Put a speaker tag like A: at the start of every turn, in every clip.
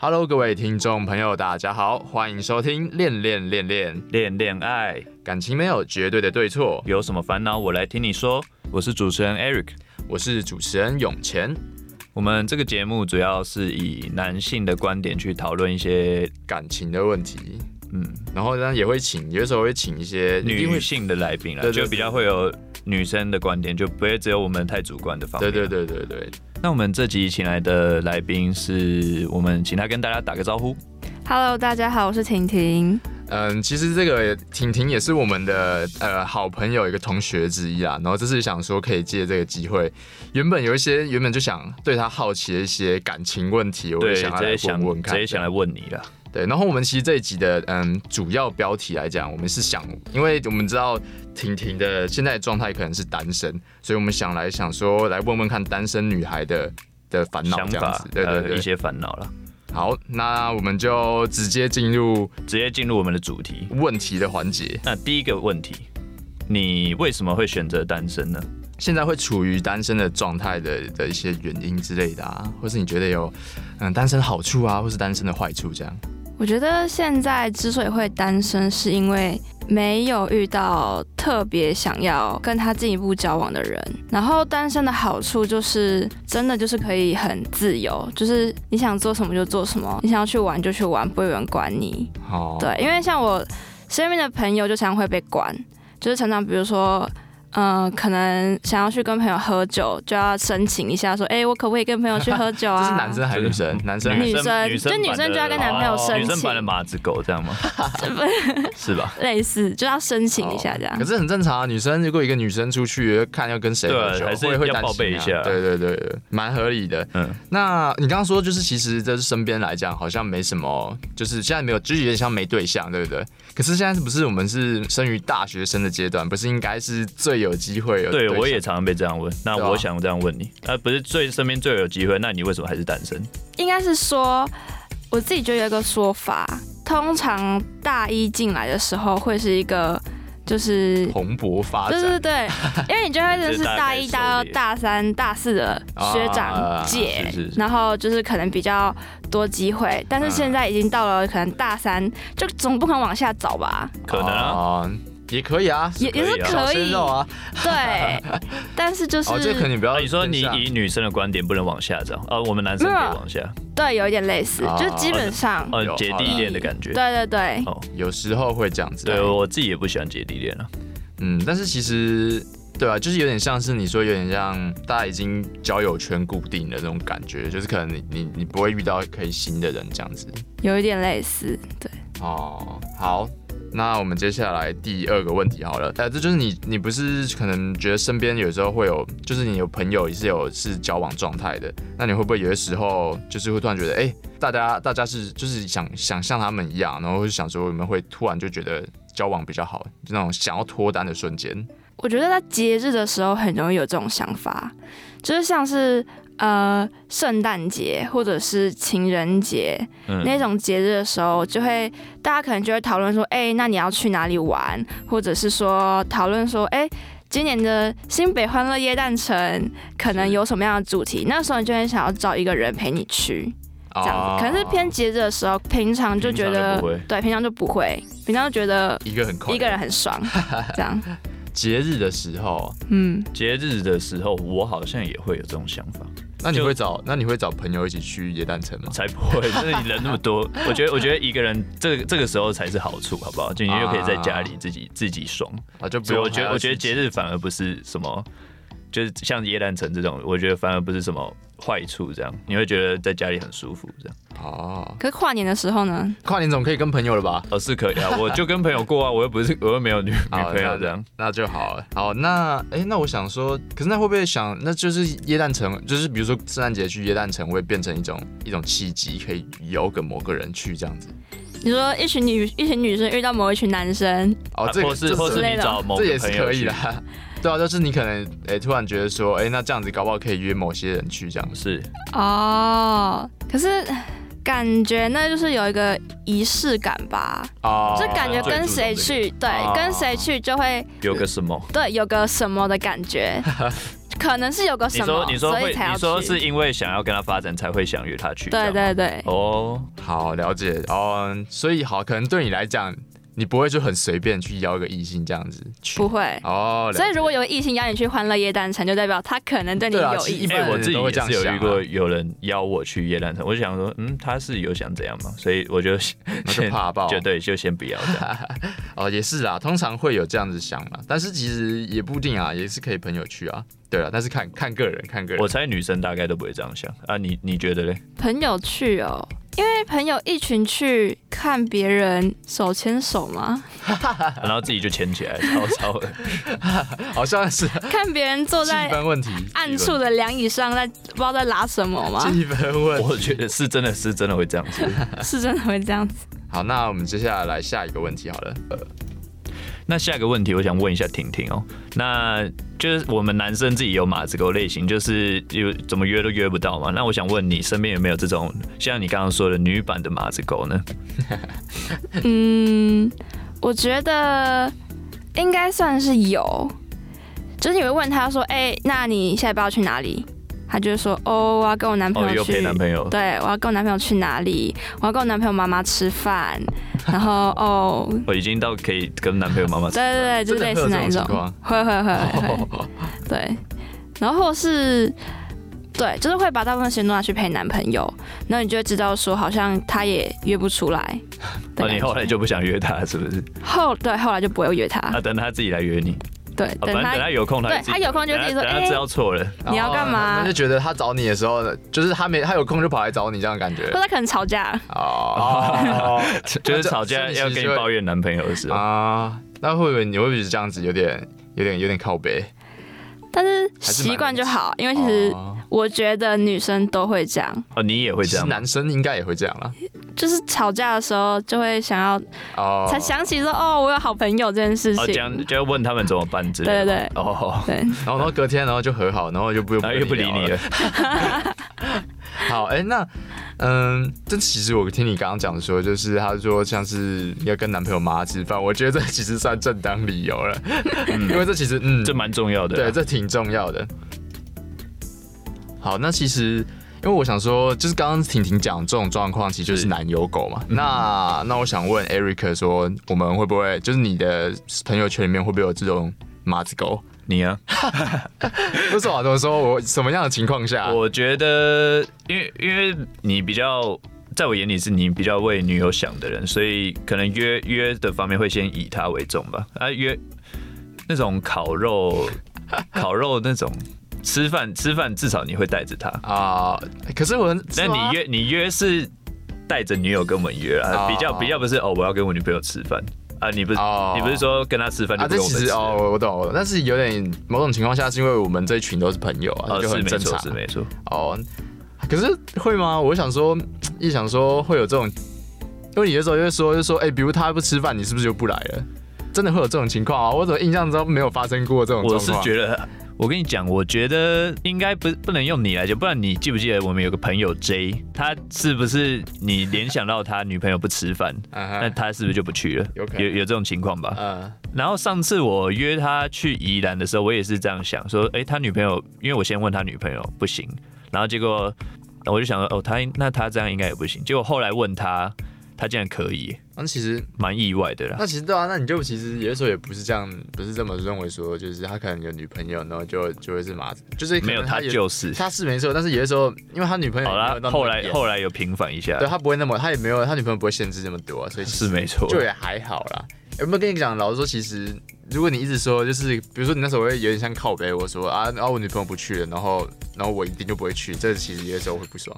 A: Hello，各位听众朋友，大家好，欢迎收听《恋恋恋恋》，
B: 恋恋爱
A: 感情没有绝对的对错。
B: 有什么烦恼，我来听你说。我是主持人 Eric。
A: 我是主持人永乾，
B: 我们这个节目主要是以男性的观点去讨论一些，
A: 感情的问题，
B: 嗯，
A: 然后呢也会请，有的时候会请一些一定
B: 女
A: 会
B: 性的来宾啦，
A: 对对对
B: 就比较会有女生的观点，就不会只有我们太主观的方
A: 对
B: 面。
A: 对。对对对，
B: 那我们这集请来的来宾是我们请他跟大家打个招呼。
C: Hello，大家好，我是婷婷。
A: 嗯，其实这个婷婷也是我们的呃好朋友一个同学之一啦。啊然后这次想说可以借这个机会，原本有一些原本就想对她好奇的一些感情问题，我
B: 对，
A: 也
B: 直
A: 想要
B: 接
A: 来
B: 想
A: 问问
B: 直
A: 看。
B: 接想来问你了。
A: 对，然后我们其实这一集的嗯主要标题来讲，我们是想，因为我们知道婷婷的现在的状态可能是单身，所以我们想来想说来问问看单身女孩的的烦恼
B: 想
A: 这样
B: 法
A: 子。对对
B: 呃、
A: 对，
B: 一些烦恼了，
A: 好，那我们就直接进入
B: 直接进入我们的主题。
A: 问题的环节。
B: 那第一个问题，你为什么会选择单身呢？
A: 现在会处于单身的状态的的一些原因之类的啊，或是你觉得有嗯单身的好处啊，或是单身的坏处这样。
C: 我觉得现在之所以会单身，是因为没有遇到特别想要跟他进一步交往的人。然后单身的好处就是，真的就是可以很自由，就是你想做什么就做什么，你想要去玩就去玩，不会有人管你。
A: 哦，
C: 对，因为像我身边的朋友就常常会被管，就是常常比如说，呃，可能想要去跟朋友喝酒，就要申请一下说，哎、我可不可以跟朋友去喝酒啊？
A: 这是男生还是女
B: 嗯
A: 生？男生还是
C: 女生就女
B: 版
C: 生就
B: 的哦
C: 要跟男朋友申
B: 女生版的
C: 请
B: 马子狗这样 吗？是吧？
C: 类似就要申请一下这样。
A: 可是很正常啊，女生如果一个女生出去看要跟谁
B: 对啊
A: 喝酒，
B: 还是
A: 会会
B: 要
A: 担
B: 报备
A: 心啊
B: 一下
A: 对对对对，蛮合理的。
B: 嗯，
A: 那你刚刚说就是，其实就是身边来讲，好像没什么，就是现在没有，就是有点像没对象，对不对？可是现在是不是我们是生于大学生的阶段，不是应该是最有机会有
B: 对，
A: 象
B: 我也常常被这样问。那
A: 对啊
B: 我想这样问你，啊，不是最身边最有机会，那你为什么还是单身？
C: 应该是说，我自己觉得有一个说法，通常大一进来的时候会是一个就是。
A: 蓬勃发
C: 对
A: 展？
C: 对 对，因为你就会认
B: 这
C: 识
B: 是大概
C: 大一、大
B: 狩
C: 二、
B: 猎
C: 大三、大四的学
A: 啊
C: 长姐，
B: 是是是
C: 然后就是可能比较多机会，但是现在已经到了可能大三，就总不可能往下找吧？
B: 可能啊，
A: 哦也可以啊，
C: 也也是
B: 可
A: 小
C: 可
A: 鲜
C: 以，
A: 肉啊，
C: 对。 但是就是、
A: 哦，这可能你不要
B: 啊，你说你
A: 等一下
B: 以女生的观点不能往下找，啊，我们男生可以
C: 没有
B: 往下，
C: 对有一点类似，
A: 哦
C: 就是基本上，
B: 哦
A: 有，
B: 姐弟恋的感觉。
C: 对对对，
B: 哦
A: 有时候会这样子啊，
B: 对，我自己也不喜欢姐弟恋啊。
A: 嗯，但是其实对啊，就是有点像是你说，有点像大家已经交友圈固定的那种感觉，就是可能你你你不会遇到可以新的人这样子。
C: 有一点类似，对。
A: 哦，好。那我们接下来第二个问题好了，呃，这就是你，你不是可能觉得身边有时候会有，就是你有朋友也是有是交往状态的，那你会不会有些时候就是会突然觉得，哎、大家大家是就是想想像他们一样，然后就想说我们会突然就觉得交往比较好，就那种想要脱单的瞬间。
C: 我觉得在节日的时候很容易有这种想法，就是像是呃圣诞节或者是情人节、
B: 嗯，
C: 那种节日的时候，就会大家可能就会讨论说，哎、那你要去哪里玩？或者是说讨论说，哎、今年的新北欢乐耶诞城可能有什么样的主题？那时候你就很想要找一个人陪你去，这样
A: 哦
C: 子。可能是偏节日的时候，平常就觉
B: 平常
C: 得
B: 就不会
C: 对，平常就不会，平常就觉得
A: 一个很快乐
C: 一个人很爽，这样，
A: 节日的时候，
C: 嗯。
B: 节日的时候，我好像也会有这种想法。
A: 那你
B: 就
A: 会找那你会找朋友一起去耶诞城吗？
B: 才不会，就是你人那么 多，我觉得我觉得一个人这个这个时候才是好处，好不好？就你又可以在家里自己、自己爽，
A: 啊，就不
B: 所以
A: 用
B: 我觉
A: 还
B: 得
A: 要
B: 我觉得
A: 去
B: 节日反而不是什么，就是像耶诞城这种，我觉得反而不是什么坏处，这样你会觉得在家里很舒服，这样
A: 哦，
C: 可是跨年的时候呢？
A: 跨年总可以跟朋友了吧？
B: 哦是可以啊，我就跟朋友过啊，我又不是我又没 有女女
A: 好
B: 朋友这样，
A: 那就好了。好，那哎、那我想说，可是那会不会想，那就是耶诞城，就是比如说圣诞节去耶诞城，会变成一种一种契机，可以邀个某个人去这样子。
C: 你说一群女一群女生遇到某一群男生，
A: 哦，这个
B: 啊或
A: 这
B: 是
A: 个
B: 或是
C: 之类
B: 你
C: 的
B: 找某
A: 哦这
B: 个
A: 也是
B: 朋友
A: 可以
B: 去
A: 的，。 对啊，就是你可能哎、突然觉得说，哎、那这样子搞不好可以约某些人去这样子。
B: 是
C: 哦，可是感觉那就是有一个仪式感吧，
A: 哦
C: 就感觉跟谁去，对，
A: 哦
C: 跟谁去就会
B: 有个什么？
C: 对有个什么的感觉。可能是有个
B: 你
C: 什么
B: 说，你说
C: 所
B: 会，
C: 以才要
B: 你说
C: 去
B: 是因为想要跟他发展才会想约他去，
C: 对
B: 这样吗
C: 对对，
B: 哦，
A: 好了解哦，所以好，可能对你来讲，你不会就很随便去邀一个异性这样子去
C: 不会。
A: 哦。了解
C: 所以如果有异性邀你去欢乐夜单城，就代表他可能对你
A: 对啊
C: 有
A: 其实
C: 意
A: 一
C: 思。
A: 般
B: 哎、
A: 人
B: 我自己
A: 都会这样
B: 也是有遇
A: 想
B: 过
A: 啊
B: 有人邀我去夜兰城，我就想说，嗯，他是有想怎样嘛，所以我就
A: 那就
B: 先
A: 怕哦爆
B: 就对，就先不要这样。
A: 哦，也是啦，通常会有这样子想嘛，但是其实也不一定啊，也是可以朋友去啊。对啊，但是看看个人，看个人。
B: 我猜女生大概都不会这样想啊，你你觉得嘞？
C: 朋友去哦，因为朋友一群去看别人手牵手 嘛，
B: 然后自己就牵起来，超超的。
A: 好像是气
C: 看别人坐在
A: 氛问题，
C: 暗 处的凉椅上在不知道在拉什么吗？
A: 气氛问
B: 我
A: 题。
B: 觉得是真的是真的会这样子。
C: 是真的会这样子。
A: 好，那我们接下来来下一个问题好 了。呃，
B: 那下一个问题，我想问一下婷婷哦，那就是我们男生自己有马子狗类型，就是有怎么约都约不到嘛。那我想问你，身边有没有这种像你刚刚说的女版的马子狗呢？
C: 嗯，我觉得应该算是有，就是你会问他说：“哎、那你下一步要去哪里？”他就会说：“哦，我要跟我男朋
B: 哦，
C: 友
B: 又
C: 去。
B: 陪男朋友，
C: 对，我要跟我男朋友去哪里？我要跟我男朋友妈妈吃饭，然后哦，
B: 我已经到可以跟男朋友妈妈
C: 对对对，就是类似那
A: 真的会有
C: 一
A: 这种情，
C: 种
A: 况 哦
C: 会会会会，对，然后或是对，就是会把大部分时间都拿去陪男朋友，然后你就会知道说，好像他也约不出来的
B: 哦，
C: 感觉。
B: 你后来就不想约他是不是？
C: 后对后来就不会约他，
B: 啊，等他自己来约你，
C: 对，
B: 啊、反
C: 等
B: 正
C: 他
B: 等他有空他
C: 对
B: 自己
C: 他有空就
B: 等
C: 自己
B: 他
C: 说哎
B: 等他知道错了，
A: 然后
C: 你要干嘛
A: 他哦就觉得他找你的时候呢，就是他没他有空就跑来找你这样的感觉
C: 或。者他可能吵架了，
A: 哦，
B: 就是吵架要跟你抱怨男朋友的时候，
A: 啊，那会不会你会不会这样子有点有点有点靠背？
C: 但是
A: 还是蛮
C: 习惯就好，因为哎其实
A: 哦
C: 我觉得女生都会这样，
B: 哦，你也会
A: 其
B: 这
A: 实
B: 样吗？
A: 男生应该也会这样啦。
C: 就是吵架的时候就会想要
A: 哦，
C: 才想起说哦，我有好朋友这件事
B: 哦，
C: 情
B: 这。样就要问他们怎么办之类的。
C: 对对
B: 对，哦，
C: 对，
A: 然后然后隔天然后就和好，然后就不
B: 哎然后又哦不理你
A: 了
B: 了。。
A: 好，哎、那嗯，但其实我听你刚刚讲说，就是他说像是要跟男朋友妈吃饭，我觉得这其实算正当理由了， 因为这其实嗯，
B: 这蛮重要的啊
A: 对，
B: 啦。
A: 这挺重要的。好，那其实。因为我想说，就是刚刚婷婷讲这种状况，其实就是
B: 是嗯
A: 男友狗嘛。那那我想问 Eric 说，我们会不会就是你的朋友圈里面会不会有这种马子狗？
B: 你啊，
A: 为什么啊这么说？我什么样的情况下？
B: 啊我觉得，因为因为你比较。在我眼里是你比较为女友想的人，所以可能约约的方面会先以她为重吧。啊，约那种烤肉， 烤肉那种吃饭吃饭，至少你会带着她。
A: 啊、可是我
B: 那你约你约是带着女友跟我们约
A: 哦
B: 啊，比较比较不是哦，我要跟我女朋友吃饭啊，你不是、
A: 哦
B: 你不是说跟她吃饭就
A: 啊，
B: 不
A: 这
B: 跟我
A: 其
B: 们
A: 实
B: 吃？
A: 哦，我懂，我懂，但是有点某种情况下是因为我们这一群都是朋友啊，
B: 哦，
A: 就是很
B: 没
A: 正
B: 错，
A: 常
B: 是没错。
A: 哦。可是会吗？我想说，一想说会有这种，因为有时候就会说，就说，哎、比如他不吃饭，你是不是就不来了？真的会有这种情况啊？我怎么印象中没有发生过这种
B: 我
A: 状
B: 是
A: 况？
B: 觉得，我跟你讲，我觉得应该不不能用你来讲，不然你记不记得我们有个朋友 J，他是不是你联想到他女朋友不 吃饭，
A: 嗯
B: 那
A: 哼，
B: 他是不是就不去了？
A: 有可能
B: 有有这种情况吧？
A: 嗯，
B: 然后上次我约他去宜兰的时候，我也是这样想，说，诶，他女朋友，因为我先问他女朋友不行，然后结果我就想说，哦，他那他这样应该也不行，结果后来问他，他竟然可以，
A: 那其实，
B: 蛮意外的啦。
A: 那其实对啊，那你就其实有的时候也不是这样，不是这么认为说，就是他可能有女朋友，然后就就会是麻子，就是可
B: 没有，
A: 能
B: 他
A: 也
B: 就是
A: 他是没错，但是有的时候，因为他女朋友
B: 好
A: 也没
B: 啦
A: 有到，那么
B: 后来
A: 严
B: 后来有平反一下
A: 对，他啊不会那么，他也没有他女朋友不会限制这么多、所以 其实
B: 是没错。
A: 就也还好啦。有没有跟你讲，老实说，其实如果你一直说，就是比如说你那时候会有点像靠背，我说啊，然、后我女朋友不去了，然后然后我一定就不会去，这其实有的时候会不爽。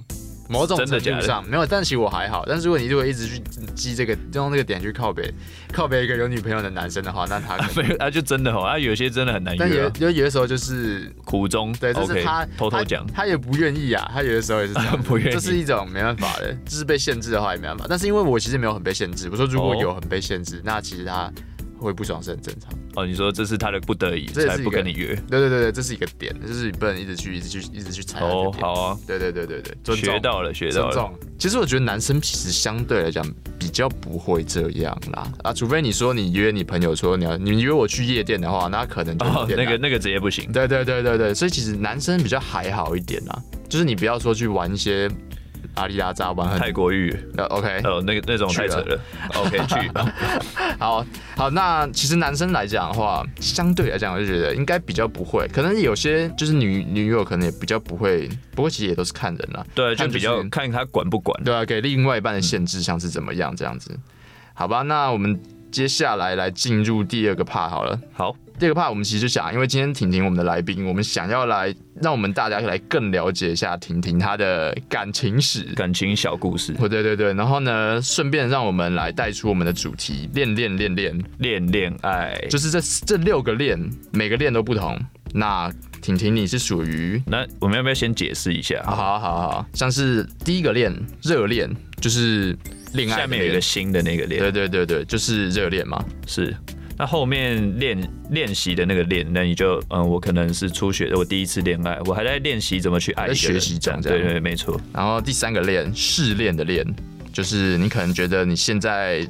A: 某种程
B: 真的假
A: 度
B: 的
A: 上没有，但其实我还好。但是如果你如果一直去记这个，用这个点去靠背，靠背一个有女朋友的男生的话，那他可 能
B: 没有，他就真的哦，啊，有些真的很难
A: 但
B: 约
A: 有
B: 啊，
A: 有有的时候就是
B: 苦中
A: 对，这
B: OK，
A: 是他
B: 偷偷讲
A: 他，他也不愿意啊，他有的时候也是这样
B: 不愿意
A: 这是一种没办法的，
B: 哦
A: 就是被限制的话也没办法。但是因为我其实没有很被限制，我说如果有很被限制，那其实他会不爽是很正常。
B: 哦，你说这是他的不得已
A: 这也是
B: 才
A: 一
B: 不
A: 个
B: 跟你约。
A: 对对对对，这是一个点，就是你不能一直去一直去一直去踩那个
B: 哦，
A: 点。
B: 好啊，
A: 对对对对对，哎尊重
B: 学到了，学到
A: 尊
B: 了。
A: 重。其实我觉得男生其实相对来讲比较不会这样啦，啊，除非你说你约你朋友说你要你约我去夜店的话，那可能就有
B: 哦，
A: 点啊
B: 那
A: 难
B: 个那个职业不行。
A: 对对对对对，所以其实男生比较还好一点啦，就是你不要说去玩一些阿里拉扎玩很
B: 泰国浴，
A: 呃 OK，
B: 哦，那个那种
A: 去
B: 太扯
A: 了
B: 了。OK，去。
A: 好好，那其实男生来讲的话，相对来讲，我就觉得应该比较不会，可能有些就是女女友可能也比较不会，不过其实也都是看人啦，
B: 对，啊就
A: 看就
B: 比较
A: 是
B: 看他管不管。
A: 对啊，给另外一半的限制像是怎么样这样子，好吧，那我们接下来来进入第二个 part 好了。
B: 好，
A: 第二个 part 我们其实就想，因为今天婷婷我们的来宾，我们想要来让我们大家来更了解一下婷婷她的感情史。
B: 感情小故事，
A: 哦，对对对，然后呢，顺便让我们来带出我们的主题“恋恋恋恋
B: 恋恋爱”，。
A: 就是这这六个恋，每个恋都不同。那婷婷你是属于，
B: 那我们要不要先解释一下？
A: 好好好好，像是第一个恋热恋，就是恋爱
B: 下
A: 的
B: 面有一
A: 恋
B: 个新的那个恋
A: 对，对对对，就是热恋嘛。
B: 是。那后面练练习的那个练，那你就嗯，我可能是初学，我第一次恋爱，我还在练习怎么去爱一个人，
A: 在学习中
B: 对
A: 这样
B: 对，没错，
A: 然后第三个恋，试恋的恋，就是你可能觉得你现在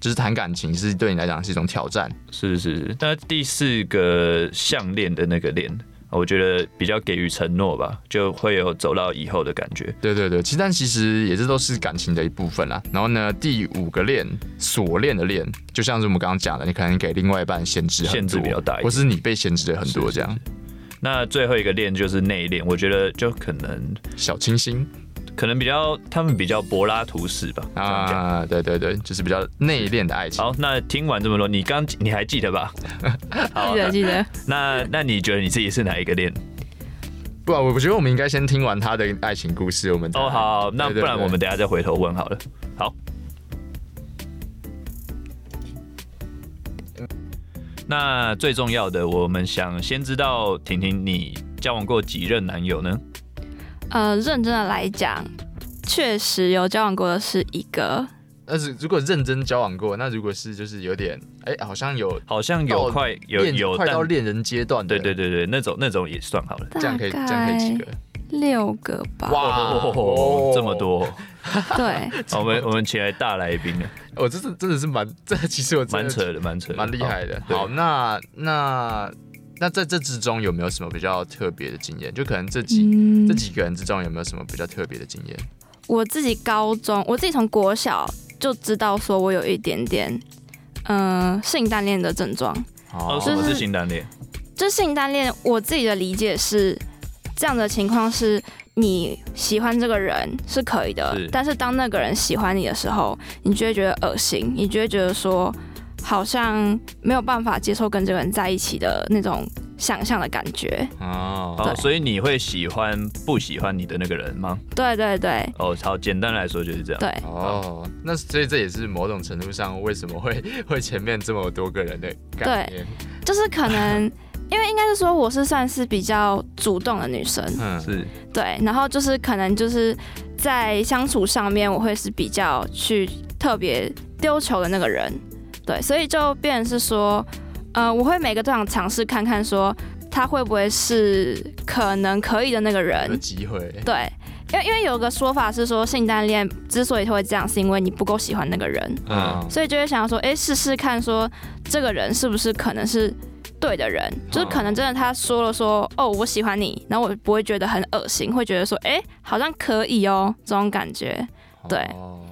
A: 就是谈感情是对你来讲是一种挑战，
B: 是是是。那第四个项链的那个链，我觉得比较给予承诺吧，就会有走到以后的感觉。
A: 对对对，其实但其实也是都是感情的一部分啦。然后呢，第五个恋，锁链的恋，就像是我们刚刚讲的，你可能给另外一半限制很多
B: 限制比较大一点
A: 或是你被限制了很多
B: 是
A: 这样，
B: 那最后一个练就是内练，我觉得就可能
A: 小清新
B: 可能比较他们比较柏拉图式吧，这样讲。
A: 啊，对对对，就是比较内敛的爱情。
B: 好，那听完这么多，你刚你还记 得吧？
C: 记得记得，
B: 那那你觉得你自己是哪一个恋？
A: 不然我觉得我们应该先听完他的爱情故事，我们再
B: 哦，好，那
A: 啊对
B: 不
A: 对
B: 然
A: 对
B: 我们等一下再回头问好了。好。那最重要的，我们想先知道婷婷，你交往过几任男友呢？
C: 呃，认真的来讲，确实有交往过的是一个，
A: 但是如果认真交往过，那如果是就是有点哎、好像有
B: 好像
A: 到
B: 有快有
A: 恋
B: 有，
A: 哦快
B: 但
A: 到恋人阶段的，
B: 对对对对，那种那种也算好了。
A: 这样可以这样可以几个？
C: 六个吧。
B: 哦，这么！多，
C: 对，
B: 好我们我们请来大来宾了，
A: 我、这是真的是蛮这其实我真的
B: 蛮扯的，蛮扯的，
A: 蛮厉害的。
B: 对
A: 好，那那那在这之中有没有什么比较特别的经验？就可能这几、
C: 嗯
A: 这几个人之中有没有什么比较特别的经验？
C: 我自己高中，我自己从国小就知道，说我有一点点，嗯、性单恋的症状。
B: 哦，
A: 哦
B: 什么
C: 就是
B: 性单恋？
C: 就性单恋，我自己的理解是，这样的情况是你喜欢这个人是可以的
B: 是，
C: 但是当那个人喜欢你的时候，你就会觉得恶心，你就会觉得说，好像没有办法接受跟这个人在一起的那种想象的感觉。
A: 哦
B: 哦，所以你会喜欢不喜欢你的那个人吗？
C: 对对对
B: 哦，好，简单来说就是这样。
C: 对，
A: 哦，那所以这也是某种程度上为什么会会前面这么多个人的概念，
C: 就是可能。因为应该是说我是算是比较主动的女生，
A: 嗯，
B: 是
C: 对，然后就是可能就是在相处上面，我会是比较去特别丢球的那个人，对，所以就变成是说，呃，我会每个都想尝试看看说他会不会是可能可以的那个
A: 有
C: 人，
A: 机会。
C: 对，因为因为有个说法是说性单恋之所以会这样，是因为你不够喜欢那个人，
A: 嗯，
C: 所以就会想要说，哎，试试看说这个人是不是可能是。对的人，就是可能真的他说了说哦，我喜欢你，然后我不会觉得很恶心，会觉得说哎，诶好像可以哦，这种感觉，对
A: 哦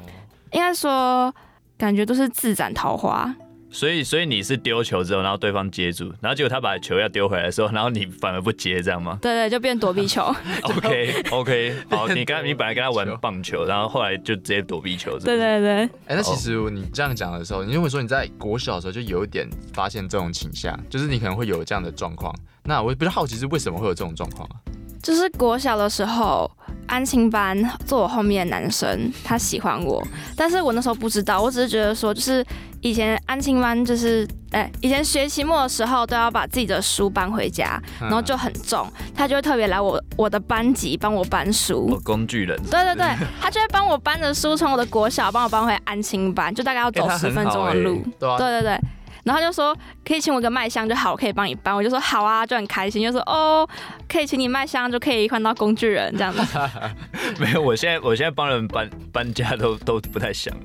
C: 应该说感觉都是自斩桃花，
B: 所以所以你是丢球之后，然后对方接住，然后结果他把球要丢回来的时候，然后你反而不接，这样 吗
C: 对对，就变躲避球，
B: ？OK OK，好，你刚你本来跟他
A: 球
B: 玩棒球，然后后来就直接躲避球，是不
C: 对
B: 是，
C: 对对，
A: 哎、那其实你这样讲的时候，你认为说你在国小的时候就有一点发现这种倾向，就是你可能会有这样的状况。那我比较好奇是为什么会有这种状况啊？
C: 就是国小的时候，安亲班坐我后面的男生，他喜欢我，但是我那时候不知道，我只是觉得说，就是以前安亲班就是，哎、以前学期末的时候都要把自己的书搬回家，
B: 嗯
C: 然后就很重，他就会特别来我我的班级帮我搬
B: 哦
C: 书。
B: 工具人。
C: 对对对，他就会帮我搬着书从我的国小帮我搬回安亲班，就大概要
B: 哎
C: 走
B: 他
C: 十
B: 很
C: 分钟
B: 好
C: 的
B: 哎
C: 路。
A: 对啊，
C: 对对对。然后他就说可以请我个麦香就好，我可以帮你搬。我就说好啊，就很开心，就说哦，可以请你麦香就可以换到工具人这样子。
B: 没有，我现在我现在帮人搬搬家都都不太想了，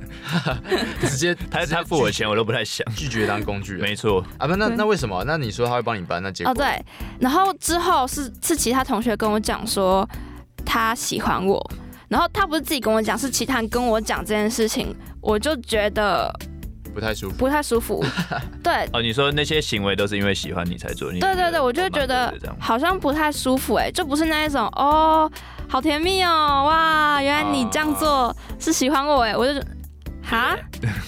A: 直接
B: 他
A: 直接
B: 他付我钱我都不太想。
A: 拒拒绝当工具人。
B: 没错，
A: 啊，不，那
C: 对
A: 那为什么？那你说他会帮你搬，那 结果
C: 哦，对，然后之后是是其他同学跟我讲说他喜欢我，然后他不是自己跟我讲，是其他人跟我讲这件事情，我就觉得
A: 不太舒服。
C: 不太 舒服。对
B: 哦，你说那些行为都是因为喜欢你才做，你
C: 对对对，我就
B: 觉蛮
C: 会觉得
B: 对的这样
C: 好像不太舒服哎、就不是那一种哦，好甜蜜哦，哇，原来你这样做是喜欢我哎、我就哈，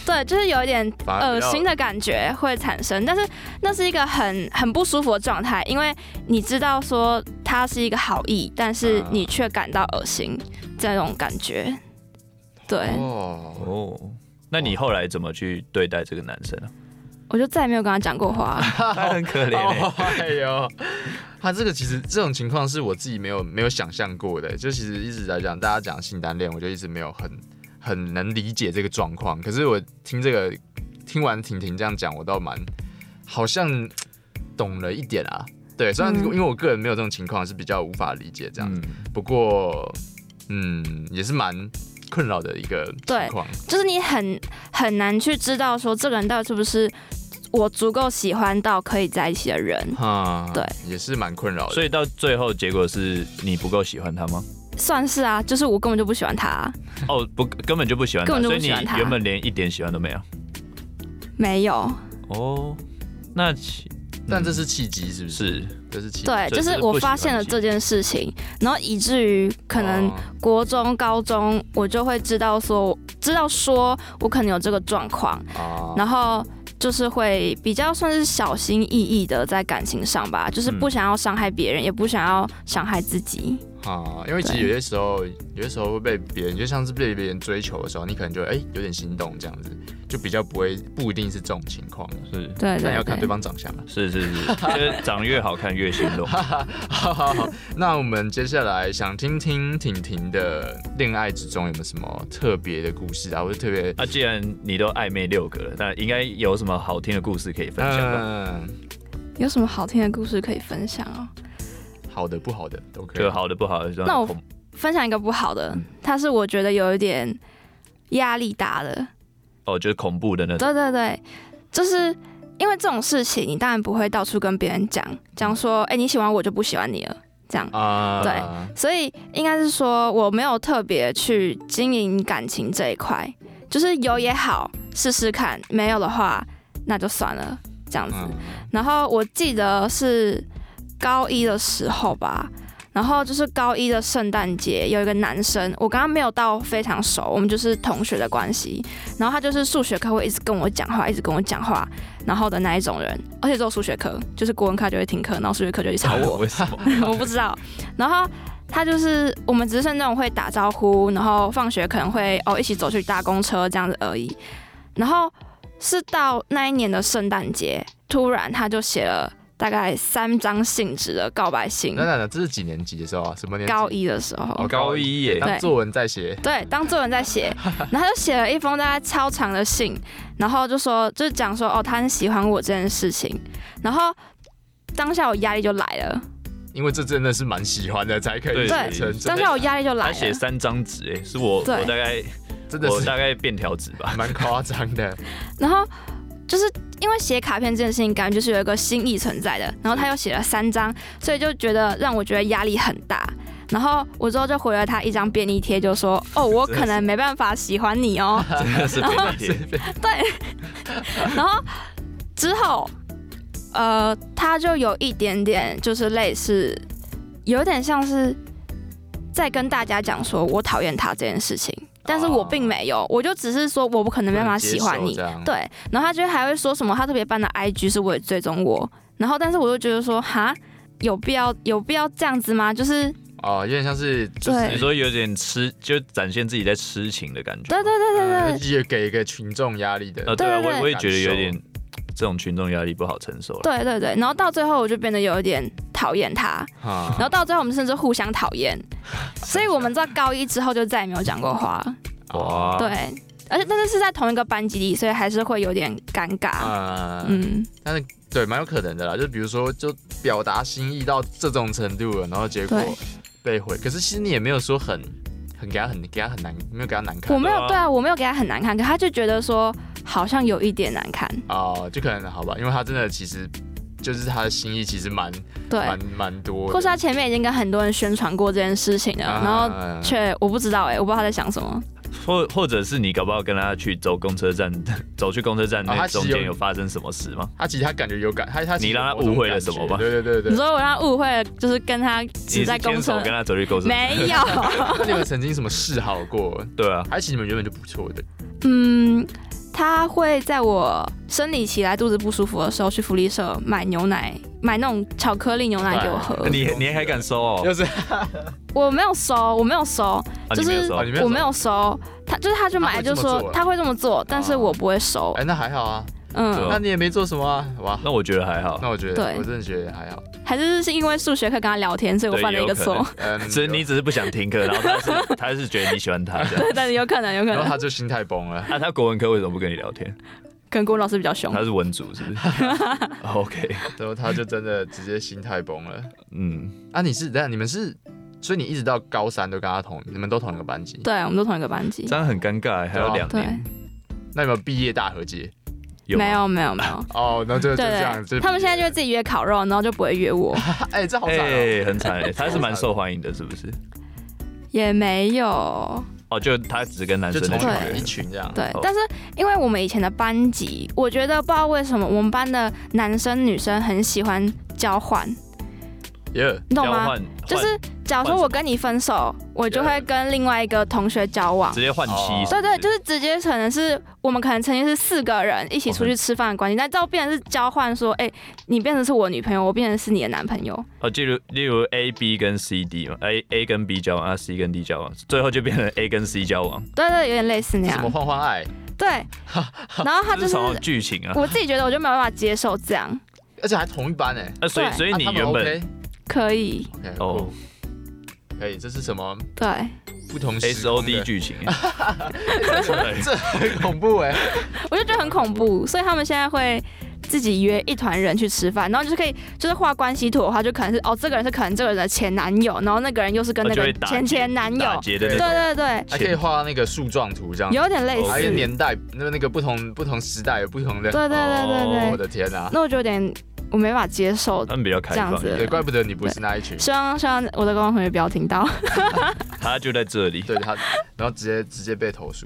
C: 对，就是有一点
A: 反而
C: 恶
A: 比较
C: 心的感觉会产生，但是那是一个很很不舒服的状态，因为你知道说他是一个好意，但是
A: 啊
C: 你却感到恶心这种感觉，对
A: 哦，
B: 哦。那你后来怎么去对待这个男生呢、
C: 我就再也没有跟他讲过话。
A: 哦
B: 他 很可 怜、欸。
A: 哎呦，他这个其实这种情况是我自己没有没有想象过的。就其实一直来讲，大家讲性单恋，我就一直没有很很能理解这个状况。可是我听这个听完婷婷这样讲，我倒蛮好像嘖懂了一点啊。对，虽然
C: 嗯
A: 因为我个人没有这种情况，是比较无法理解这样。
B: 嗯，
A: 不过，嗯，也是蛮困扰的一个情况。
C: 就是你很很难去知道说这个人到底是不是我足够喜欢到可以在一起的人，
A: 哈，
C: 对，
A: 也是蛮困扰的。
B: 所以到最后结果是你不够喜欢 他吗？
C: 算是啊，就是我根本就不喜欢他、啊
B: 哦，不，根本就不喜欢他，
C: 根本就
B: 所
C: 不
B: 以你
C: 喜欢他
B: 原本连一点喜欢都没有。
C: 没有，
B: 哦，那其
A: 但这
B: 嗯
A: 是契机，是不是？
B: 是
A: 这是契机。
C: 对，
B: 所以
C: 就是
B: 就是
C: 我
B: 不喜欢
C: 发现了
B: 自己
C: 这件事情，然后以至于可能
A: 哦
C: 国中、高中我就会知道说，知道说我可能有这个状况，
A: 啊
C: 然后。就是会比较算是小心翼翼的在感情上吧，就是不
B: 嗯
C: 想要伤害别人，也不想要伤害自己。
A: 啊，因为其实有些时候，有些时候会被别人，就像是被别人追求的时候，你可能就哎、有点心动这样子，就比较不会不一定是这种情况，
B: 是
C: 对
A: 但
C: 对
A: 要看对
C: 对，
A: 方长相了。
B: 是是 是，就是长越好看越心动。
A: 好好好，那我们接下来想听听婷婷的恋爱之中有没有什么特别的故事啊，或者特别
B: 那既然你都暧昧六个了，那应该有什么好听的故事可以分享吧？
A: 嗯
C: 有什么好听的故事可以分享哦？
A: 好的不好的都可以
B: 就。好的不好的，就
C: 那我
B: 恐
C: 分享一个不好的，它是我觉得有一点压力大的。
B: 哦，就是恐怖的那种。
C: 对对对，就是因为这种事情，你当然不会到处跟别人讲，讲说，哎、你喜欢我就不喜欢你了，这样。
A: 啊，
C: 对所以应该是说，我没有特别去经营感情这一块，就是有也好，试试看；没有的话，那就算了，这样子。
A: 嗯，
C: 然后我记得是高一的时候吧，然后就是高一的圣诞节，有一个男生，我跟他没有到非常熟，我们就是同学的关系。然后他就是数学课会一直跟我讲话，一直跟我讲话，然后的那一种人，而且只有数学课，就是国文课就会停课，然后数学课就去 吵我，
B: 为什么？
C: 我不知道。然后。他就是我们只是那种会打招呼，然后放学可能会哦一起走去搭公车这样子而已。然后是到那一年的圣诞节，突然他就写了大概三张信纸的告白信
A: 那，那那这是几年级的时候啊？什么年级？
C: 高一的时
A: 哦
C: 候，
B: 高一耶，
A: 当
C: 对
A: 作文在写。
C: 对，当作文在写， 然后他就写了一封大概超长的信，然后就说就讲说哦他很喜欢我这件事情，然后当下我压力就来了，
A: 因为这真的是蛮喜欢的才可以
B: 对
A: 写成这
C: 当
A: 样，
C: 下我压力就来
B: 他写
C: 了，
B: 三张纸，哎，是我我
C: 对
B: 大概
A: 真的
B: 我
A: 是
B: 大概便条纸 吧。
A: 蛮夸张 的。
C: 然后就是因为写卡片这件事情，感觉就是有一个心意存在的。然后他又写了三张，所以就觉得让我觉得压力很大。然后我之后就回了他一张便利贴，就说：“哦，我可能没办法喜欢 你哦。
B: 真的是便利贴，”
C: 然后之后，呃，他就有一点点就是类似，有点像是在跟大家讲说我讨厌他这件事情，但是我并没有，我就只是说我不可能没办法喜
A: 啊
C: 欢
A: 不能
C: 你
A: 接受这，样
C: 对，然后他就还会说什么，他特别办的 IG 是为了追踪我，然后但是我就觉得说，哈，有必要有必要这样子吗？就是
A: 哦，有点像是就是
C: 对
B: 你说有点痴，就展现自己在痴情的感觉。
C: 对对对对
A: 呃
C: 对，
A: 也给一个群众压力
B: 呃，
A: 的。
B: 对啊，
C: 对对
B: 我我也觉得有点
A: 感
B: 这种群众压力不好承受了。
C: 对对对，然后到最后我就变得有一点讨厌他，
A: 哈
C: 然后到最后我们甚至 互相讨厌，所以我们在高一之后就再也没有讲过话了。
A: 哦
B: 哇，
C: 对，而且但是是在同一个班级里，所以还是会有点尴尬。
A: 啊，嗯，
C: 嗯，
A: 但是对，蛮有可能的啦。就比如说，就表达心意到这种程度了，然后结果
C: 对
A: 被毁。可是其实你也没有说很很给他很给他很难，没有给他难看
C: 我没
B: 对啊
C: 有对啊，我没有给他很难看，可他就觉得说好像有一点难看。
A: 哦、就可能好吧，因为他真的其实就是他的心意其实蛮
C: 对，
A: 蛮蛮多的，
C: 或是他前面已经跟很多人宣传过这件事情了，
A: 啊
C: 然后却我不知道哎、我不知道他在想什么。
B: 或或者是你搞不好跟他去走公车站， 走去公车站
A: 啊
B: 那
A: 他其
B: 中
A: 实
B: 间
A: 有
B: 有发生什么事吗？
A: 他其实他感觉有感，他他其实
B: 你让他
A: 有某种
B: 误会了
A: 感觉
B: 什么吧
A: 对对对对，
C: 你说我让他误会了，就是跟他
B: 你
C: 只
B: 是
C: 在公
B: 牵手
C: 车
B: 跟，他走去公车，
C: 没有，
A: 那你们曾经什么示好过？
B: 对啊，
A: 还是你们原本就不错的
C: 嗯，他会在我生理期来肚子不舒服的时候去福利社买牛奶，买那种巧克力牛奶给我喝。
A: 对
B: 哎你你还敢收哦？
A: 就是
C: 我没有收，我没有收，
B: 啊，
C: 就
B: 你没有
C: 是
B: 收
A: 啊，你没有收
C: 我没有收。他就是他去买，
A: 他会
C: 就
A: 这么
C: 说
A: 做啊
C: 他会这么做，但是我不会收。
A: 哎、那还好啊，
B: 对
C: 嗯，
A: 那你也没做什么啊，哇，
B: 那我觉得还好，
A: 那我觉得
C: 对
A: 我真的觉得还好，
C: 还是是因为数学课跟他聊天，所以我
B: 对
C: 犯了一个
B: 也有可能
C: 错。
A: 嗯，
B: 只是你只是不想听课，然后他是他是觉得你喜欢他这样。啊
C: 对，但是有可能，有可
A: 然后
C: 能
A: 他就心态崩了。
B: 那、他国文科为什么不跟你聊天？
C: 可能郭老师比较凶
B: 他。是文组是不 是哦？OK，
A: 然后他就真的直接心态崩了。
B: 嗯，
A: 啊，你是这样，你们是，所以你一直到高三都跟他同，你们都同一个班级。
C: 对，我们都同一个班级
B: 这。样很尴尬，欸还有两
C: 对，
B: 年，
A: 那你们毕业大和解？
B: 吗
C: 没？有，没有，没有。
A: 哦，那就就
C: 对
A: 这样，就
C: 对，他们现在就会自己约烤肉，然后就不会约我，
A: 哎、这好
B: 哎、
A: 惨、哦。
B: 很 惨哎，他是蛮受欢迎的，是不是？
C: 也没有。
B: 哦，就他只跟男
A: 就
B: 生
A: 从
B: 的
A: 小
C: 对
A: 一群这样，
C: 对
B: 哦，
C: 但是因为我们以前的班级，我觉得不知道为什么我们班的男生女生很喜欢交换，
A: 耶，
C: 你懂
B: 交
C: 吗？
B: 换，
C: 就是假如说我跟你分手，我就会跟另外一个同学交
B: 换
C: 往
B: 直。接换
A: 哦
B: 妻，
C: 对对，就是是直接可能是我们可能曾经是四个人一起出去吃饭的关系，但到变成是交换，说，哎、你变成是我女朋友，我变成是你的男朋友。
B: 哦，例如例如 A B 跟 C D 嘛，A A 跟 B 交往，啊 C 跟 D 交往，最后就变成 A 跟 C 交往，
C: 对对，有点类似那
A: 什么
C: 样。
A: 换换爱，
C: 对，然后他
B: 这
C: 就是是
B: 什么剧情啊？
C: 我自己觉得我就没有办法接受这样，
A: 而且还同一班哎、
B: 啊，所以
C: 对
B: 所以
A: 啊
B: 你
A: 他们
B: 原本
A: OK,
C: 可以，
A: OK
B: 哦
A: 哦，可以，这是什么
C: 对，
A: 不同时
B: S O
A: 空的
B: D 剧情欸，对
A: 这很恐怖哎、
C: 我就觉得很恐怖，所以他们现在会。自己约一团人去吃饭，然后就是可以，就是画关系图的话，就可能是哦，这个人是可能这个人的前男友，然后那个人又是 跟那
B: 哦就
C: 个
B: 会打
C: 前前男
B: 打
C: 友，
B: 劫的
C: 对
B: 那种，
C: 对对，
A: 还可以画那个树状图这样，
C: 有点类
B: 哦
A: 还
C: 似，
A: 有年代，那那个不同不同时代有不同的，哦
C: 对对对对
A: 我
B: 哦
C: 对，
A: 的天啊，
C: 那我就有点我没法接受，
B: 他们比较开
C: 这样
B: 放一
C: 子
B: 点，
A: 对，怪不得你不是那一群，
C: 希望希望我的高中同学不要听到，
B: 他就在这里。
A: 对他，然后直接直接被投诉。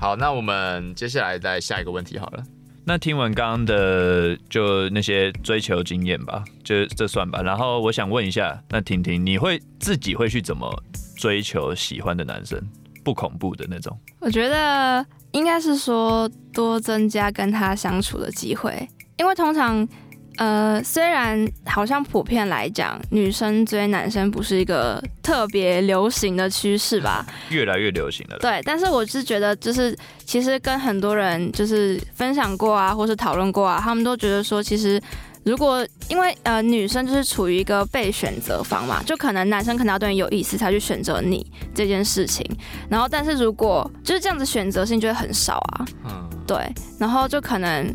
A: 好，那我们接下来再下一个问题好了。
B: 那听完刚刚的就那些追求经验吧，就这算吧。然后我想问一下，那婷婷，你会自己会去怎么追求喜欢的男生？不恐怖的那种，
C: 我觉得应该是说多增加跟他相处的机会，因为通常，呃，虽然好像普遍来讲，女生追男生不是一个特别流行的趋势吧，
B: 越来越流行了啦。
C: 对，但是我是觉得，就是其实跟很多人就是分享过啊，或是讨论过啊，他们都觉得说，其实如果因为呃女生就是处于一个被选择方嘛，就可能男生可能要对你有意思才去选择你这件事情，然后但是如果就是这样子选择性就会很少啊，
A: 嗯，
C: 对，然后就可能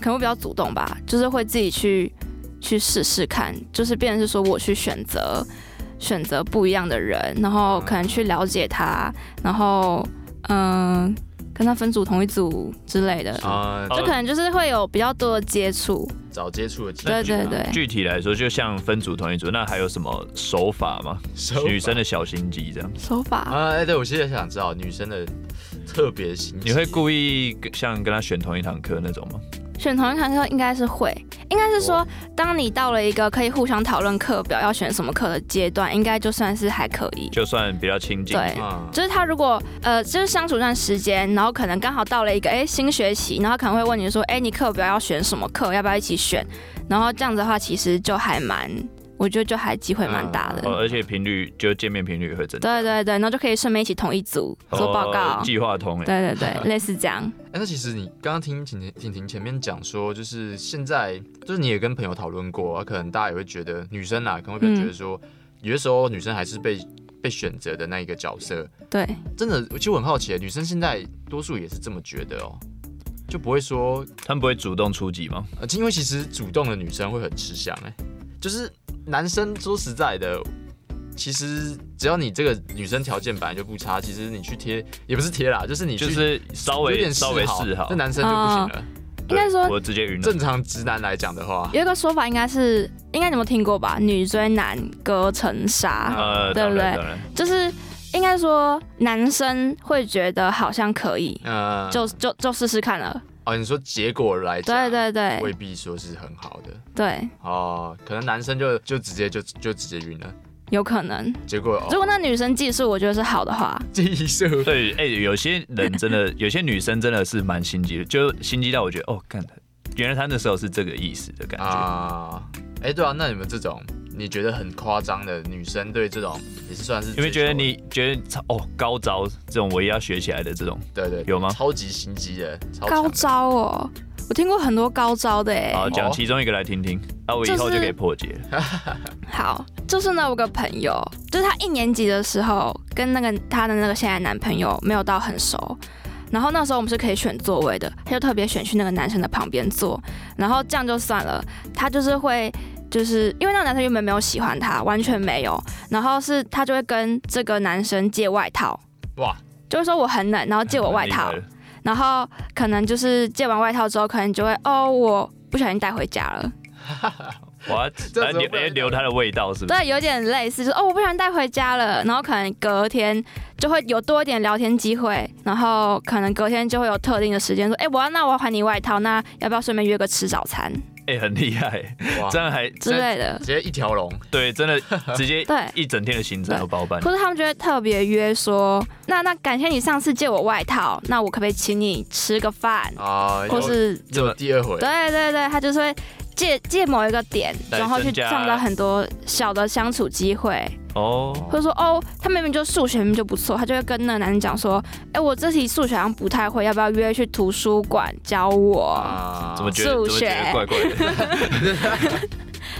C: 可能会比较主动吧，就是会自己去去试试看，就是变成是说我去选择选择不一样的人，然后可能去了解他，然后嗯、跟他分组同一组之类的，
A: 啊、
C: 就可能就是会有比较多的接触，
A: 早接触的啊机
C: 对
A: 会，
C: 对对。
B: 具体来说，就像分组同一组，那还有什么手法吗？
A: 手
B: 女生的小心机这样，
C: 手法，
A: 啊，哎、对我其实也想知道女生的特别心机，
B: 你会故意跟像跟他选同一堂课那种吗？
C: 选同一堂课应该是会，应该是说，当你到了一个可以互相讨论课表要选什么课的阶段，应该就算是还可以。
B: 就算比较亲近，
C: 对
A: 嗯，
C: 就是他如果呃，就是相处一段时间，然后可能刚好到了一个哎新学期，然后可能会问你说，哎，你课表要选什么课，要不要一起选？然后这样子的话，其实就还蛮，我觉得就还机会蛮大的。
A: 嗯
B: 哦，而且频率就见面频率也会增加，
C: 对对对，然后就可以顺便一起同一组做报告。
B: 哦计划通哎，
C: 对对对，类似这样。
A: 哎、那其实你刚刚听婷婷婷婷前面讲说，就是现在就是你也跟朋友讨论过，啊，可能大家也会觉得女生啊，可能会比较觉得说，有些时候女生还是被。被选择的那一个角色。
C: 对，
A: 真的，其实我很好奇，女生现在多数也是这么觉得哦，就不会说，
B: 他们不会主动出击吗？
A: 呃，因为其实主动的女生会很吃香哎，就是男生说实在的。其实只要你这个女生条件本来就不差，其实你去贴也不是贴啦，就是你去
B: 就是稍
A: 有
B: 微
A: 点
B: 稍微示
A: 示
B: 好
A: 那，男生就不行了。
B: 对
C: 应该说
B: 我直接晕了
A: 正。常直男来讲的话，
C: 有一个说法应该是，应该你们有听过吧？女追男隔层纱，
B: 呃，
C: 啊对
B: 当
C: 不对
B: 然当然，
C: 就是应该说男生会觉得好像可以，
A: 呃，
C: 就就就试试看了。
A: 哦，你说结果来讲，
C: 对对
A: 未
C: 对
A: 必说是很好的
C: 对，
A: 哦，可能男生就就直接就就直接晕了，
C: 有可能。
A: 结果哦，
C: 如果那女生技术我觉得是好的话，
A: 技术
B: 对，哎、有些人真 的，有些女生真的是蛮心机的，就心机到我觉得，哦，干，原来她那时候是这个意思的感觉。
A: 啊，哎、对啊，那你们这种你觉得很夸张的女生对这种也是算是
B: 有没有觉
A: 追
B: 得
A: 求
B: 你觉得超哦高招这种我也要学起来的这种？
A: 对对
B: 有吗
A: 超级心机的，超强
C: 高
A: 的
C: 招哦，我听过很多高招的哎。
B: 好，讲
A: 哦
B: 其中一个来听听，那、我以
C: 就是
B: 后就可以破解了。
C: 好，就是呢，我有个朋友，就是她一年级的时候跟那个她的那个现在男朋友没有到很熟，然后那时候我们是可以选座位的，她就特别选去那个男生的旁边坐，然后这样就算了，她就是会。就是因为那个男生原本没有喜欢她，完全没有，然后是她就会跟这个男生借外套，
A: 哇，
C: 就是说我很冷，然后借我外 套
B: 蛮厉，害的
C: 然后可能就是借完外套之后，可能就会哦，我不小心带回家了，
B: 哇，
A: 这
B: 来
A: 怎么
B: 留
A: 不能
B: 哎留它的味道是不是？
C: 对，有点类似，就是哦，我不小心带回家了，然后可能隔天就会有多一点聊天机会，然后可能隔天就会有特定的时间说，哎，我要那我要还你外套，那要不要顺便约个吃早餐
B: 哎、很厉害，
A: 哇
B: 这样还
C: 之
B: 这样
C: 类的？
A: 直接一条龙，
B: 对，真的直接
C: 对
B: 一整天的行程都包办。
C: 或者他们就会特别约说，那那感谢你上次借我外套，那我可不可以请你吃个饭，
A: 啊、有
C: 或是
A: 有第二回，
C: 对对对，他就是会借借某一个点，
B: 来
C: 然后去
B: 增加
C: 创造很多小的相处机会。
B: 哦，
C: 或者说哦，他明明就数学明明就不错，他就会跟那个男生讲说，哎、我这题数学好像不太会，要不要约去图书馆教我？
A: 啊，
B: 怎么觉得怎
C: 数
B: 么觉得
C: 学
B: 怪怪 的？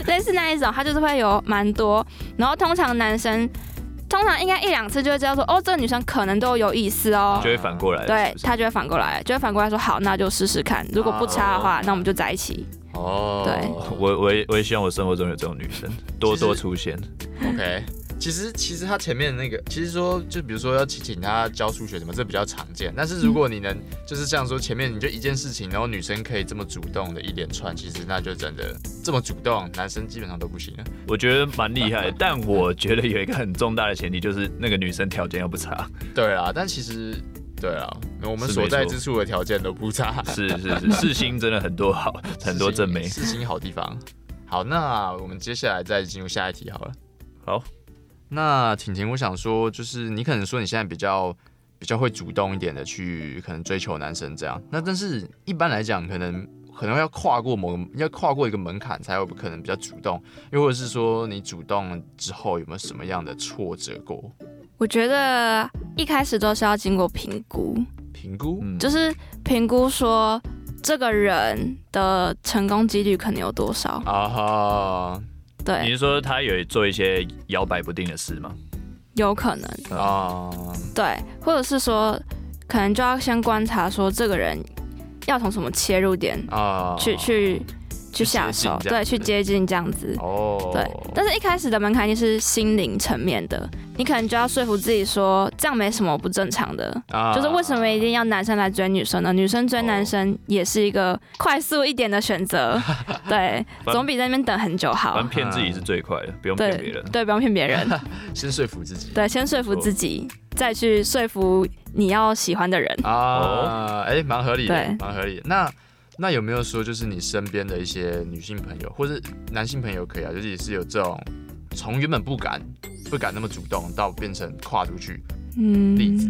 C: 类似那一种，他就是会有蛮多，然后通常男生通常应该一两次就会知道说，哦，这个女生可能对我有意思哦。
B: 就会反过来了，
C: 对
B: 是不是
C: 他就会反过来，就会反过来说好，那就试试看。如果不差的话，那我们就在一起。
A: 哦，
C: 对
B: 我我也我也希望我生活中有这种女 生多多出现。
A: OK，其实其实他前面那个，其实说就比如说要请请他教数学什么，这比较常见。但是如果你能就是这样说，前面你就一件事情，然后女生可以这么主动的一连串，其实那就真的这么主动，男生基本上都不行了。
B: 我觉得蛮厉害的，但我觉得有一个很重大的前提，就是那个女生条件要不差。
A: 对啊，但其实对啊，我们
B: 是
A: 所
B: 没
A: 在
B: 错
A: 之处的条件都不差，
B: 是是 是，世新真的很多好，很多正妹。
A: 四星好地方。好，那我们接下来再进入下一题好了。
B: 好，
A: 那婷婷，我想说，就是你可能说你现在比较比较会主动一点的去可能追求男生这样，那但是一般来讲，可能可能要跨过某个要跨过一个门槛才有可能比较主动，又或者是说你主动之后有没有什么样的挫折过
C: 我觉得一开始都是要经过评估，
A: 评估？
B: 嗯，
C: 就是评估说这个人的成功几率可能有多少。
A: 啊哈
B: 你
C: 对，
B: 是说她有做一些摇摆不定的事吗？
C: 有可能。
A: 啊，
C: 对，或者是说，可能就要先观察说这个人要从什么切入点
A: 啊，
C: 去、去去下
A: 接近
C: 手，
A: 这
C: 对，
A: 样
C: 去
A: 子
C: 接近这样子。
A: 哦，
C: 对，但是一开始的门槛一定是心灵层面的，你可能就要说服自己说这样没什么不正常的，
A: 啊
C: 就是为什么一定要男生来追女生呢？女生追
A: 哦
C: 男生也是一个快速一点的选 择，对，
B: 反
C: 总比在那边等很久
B: 反
C: 好
B: 正。骗自己是最快的，不用骗别
C: 对
B: 人。
C: 对，不用骗别 人，
A: 先说服自己？
C: 对，先说服自
B: 哦
C: 己，再去说服你要喜欢的人。
A: 啊，哎、蛮合理的
C: 哦对，
A: 蛮合理的。那那有没有说，就是你身边的一些女性朋友，或是男性朋友可以啊，就是也是有这种从原本不敢、不敢那么主动，到变成跨出去
C: 嗯
A: 例子、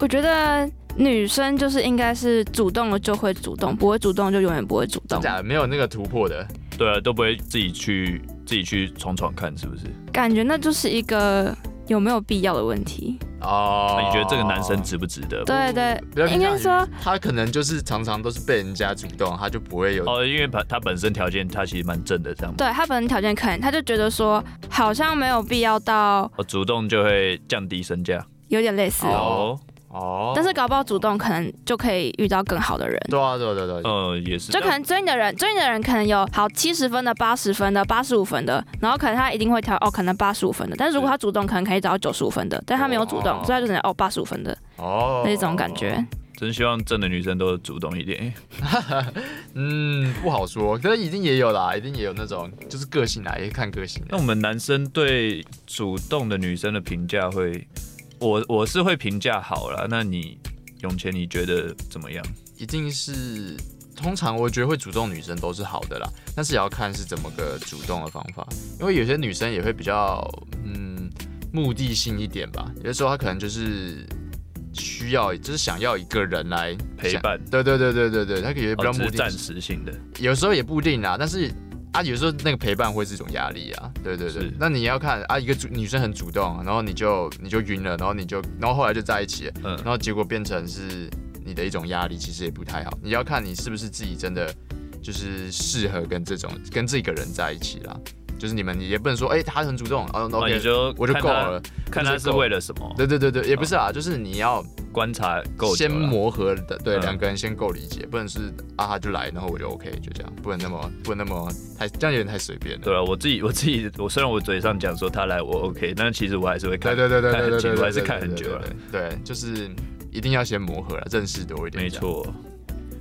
C: 我觉得女生就是应该是主动了就会主动，不会主动就永远不会主
A: 真。
C: 动
A: 假的没有那个突破的
B: 对啊，都不会自己去自己去闯闯看，是不是？
C: 感觉那就是一个有没有必要的问题。
A: 哦
B: 那你觉得这个男生值不值得？
C: 对对
A: 比较，偏
C: 应
A: 向于
C: 该说
A: 他可能就是常常都是被人家主动，他就不会有
B: 哦，因为他他本身条件他其实蛮正的，这样
C: 对他本身条件可能他就觉得说好像没有必要到
B: 哦，主动就会降低身价
C: 有点类似，
A: 哦
B: 哦，
A: 哦。
C: 但是搞不好主动可能就可以遇到更好的人。
A: 对啊，对啊对啊对啊，
B: 呃，也是，
C: 就可能追你的人，追你的人可能有好七十分的、八十分的、八十五分的，然后可能他一定会挑哦，可能八十五分的。但是如果他主动，可能可以找到九十五分的，但他没有主动，
A: 哦
C: 所以他就只能哦八十五分的
A: 哦，
C: 那种感觉。
B: 真希望正的女生都主动一点。
A: 嗯，不好说，可是一定也有啦，一定也有那种就是个性啊啦，也是看个性
B: 那
A: 的。
B: 我们男生对主动的女生的评价会，我我是会评价好啦。那你永前你觉得怎么样？
A: 一定是通常我觉得会主动女生都是好的啦，但是也要看是怎么个主动的方法，因为有些女生也会比较嗯目的性一点吧，有的时候她可能就是需要，就是想要一个人来
B: 陪
A: 想。
B: 伴，
A: 对对对对对对，她可能比较
B: 哦只
A: 目
B: 是
A: 的
B: 暂
A: 性，
B: 时性的，
A: 有时候也不一定啦，但是。啊，有时候那个陪伴会是一种压力啊，对对对
B: 是。
A: 那你要看啊，一个主女生很主动，然后你就你就晕了，然后你就然后后来就在一起了，然
B: 嗯，
A: 后结果变成是你的一种压力，其实也不太好。你要看你是不是自己真的就是适合跟这种跟这个人在一起啦。就是你们也不能说，哎、他很主动，哦、那
B: 那
A: OK，
B: 你就
A: 我就
B: 看
A: 够
B: 他
A: 了。
B: 看他是为了什么，
A: 对对对对，也不是啊，就是你要
B: 观察够久
A: 先
B: 了。
A: 磨合的，对，
B: 嗯
A: 两个人先够理解，不能是啊他就来，然后我就 OK，就这样，不能那么不能那么太这样有点太随便了。
B: 对啊，我自己我自己，我虽然我嘴上讲说他来我 OK，但其实我还是会看。
A: 对对对对
B: 看
A: 对
B: 很
A: 对
B: 久
A: 对，
B: 我还是
A: 对
B: 看很
A: 对
B: 久了。
A: 对，对就是一定要先磨合了，啊认识多一点。
B: 没，错。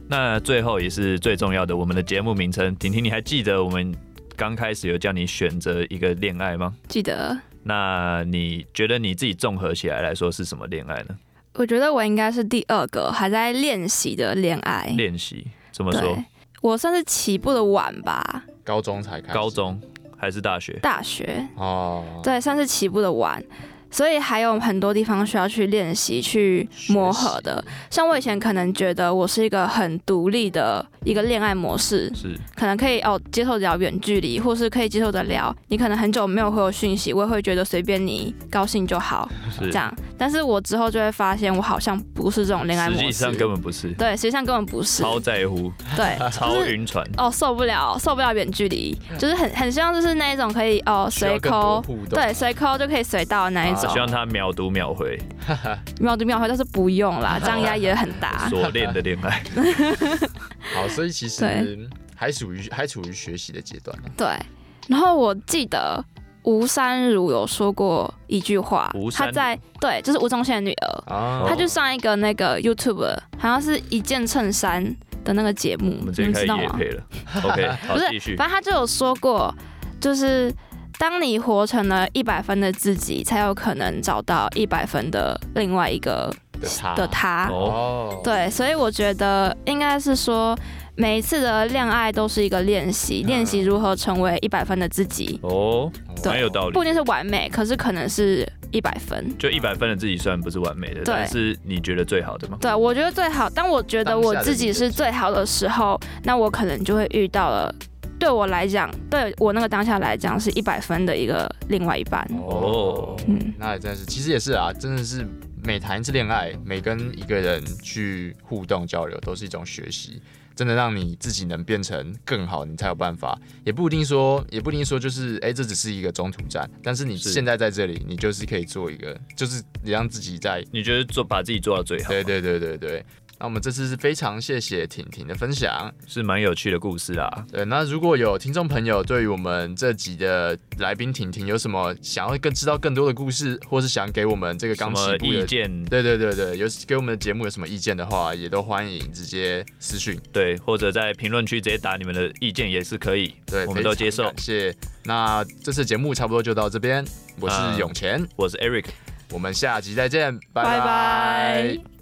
B: 那最后也是最重要的，我们的节目名称，婷婷，你还记得我们刚开始有叫你选择一个恋爱吗？
C: 记得，
B: 那你觉得你自己综合起来来说是什么恋爱呢？
C: 我觉得我应该是第二个还在练习的恋爱。
B: 练习怎么说
C: 嗯对？，我算是起步的晚吧，
A: 高中才开始。
B: 高中还是大学？
C: 大学
A: 哦，
C: 对算是起步的晚，所以还有很多地方需要去练习、去磨合的。像我以前可能觉得我是一个很独立的一个恋爱模式，
B: 是
C: 可能可以哦接受得了远距离，或是可以接受得了你可能很久没有回我讯息，我也会觉得随便你高兴就好
B: 是
C: 这，样。但是我之后就会发现，我好像不是这种恋爱
B: 实
C: 模式，
B: 际上根本不是，
C: 对，实际上根本不是，
B: 超在 乎，
C: 对，
B: 超
C: 就是
B: 晕船，
C: 哦受不了，受不了远距离，就是很很希望就是那一种可以哦
A: 需要
C: 随
A: 更多
C: 抠。
A: 互动。
C: 对，随抠就可以随到的那一
A: 啊
C: 种
B: 希，望他秒读秒回，
C: 秒读秒回，但是不用 啦，这样压力也很大。
B: 所恋的恋爱。
A: 好，所以其
C: 对
A: 实还属于还处于学习的阶段啊
C: 对，然后我记得吴珊如有说过一句话
B: 吴，珊如哦
C: 她在对，就是吴宗宪的女儿，
A: 啊
C: 她就上一个那个 YouTube，好像是一件衬衫的那个节目，
B: 我们
C: 你
B: 直接
C: 们
B: 开
C: 知
B: 始
C: 道
B: 夜
C: 吗？
B: 配了，OK，好
C: 不是，
B: 继续。
C: 反正她就有说过，就是当你活成了一百分的自己，才有可能找到一百分的另外一个
A: 的他
C: 的他。
B: 哦，
A: 哦，
C: 对，所以我觉得应该是说，每一次的恋爱都是一个练习，
A: 嗯
C: 练习如何成为一百分的自己，
B: 哦，
A: 对
B: 蛮有道理
C: 不一。定是完美，可是可能是一百分。
B: 就一百分的自己虽然不是完美的，
C: 对
B: 但是你觉得最好的吗？
C: 对，我觉得最好。当我觉得我自己是最好的时候，那我可能就会遇到了，对我来讲，对我那个当下来讲是一百分的一个另外一半。
A: 哦，
C: 嗯
A: 那也真是，其实也是啊，真的是每谈一次恋爱，每跟一个人去互动交流，都是一种学习。真的让你自己能变成更好，你才有办法。也不一定说，也不一定说，就是哎、这只是一个中途站。但是你
B: 是
A: 现在在这里，你就是可以做一个，就是你让自己在
B: 你觉得做把自己做到最好，
A: 对对对对对。那我们这次是非常谢谢婷婷的分享。
B: 是蛮有趣的故事啊啦。
A: 对，那如果有听众朋友对于我们这集的来宾婷婷有什么想要更知道更多的故事，或是想给我们这个
B: 什
A: 刚起
B: 么
A: 步的
B: 意，见？
A: 对对对对，有给我们的节目有什么意见的话，也都欢迎直接私讯。
B: 对，或者在评论区直接打你们的意见也是可以，
A: 对，
B: 我们都接
A: 非常
B: 受
A: 感。谢。那这次节目差不多就到这边，我是
B: 嗯
A: 永乾，
B: 我是 Eric，
A: 我们下集再见，拜
C: 拜拜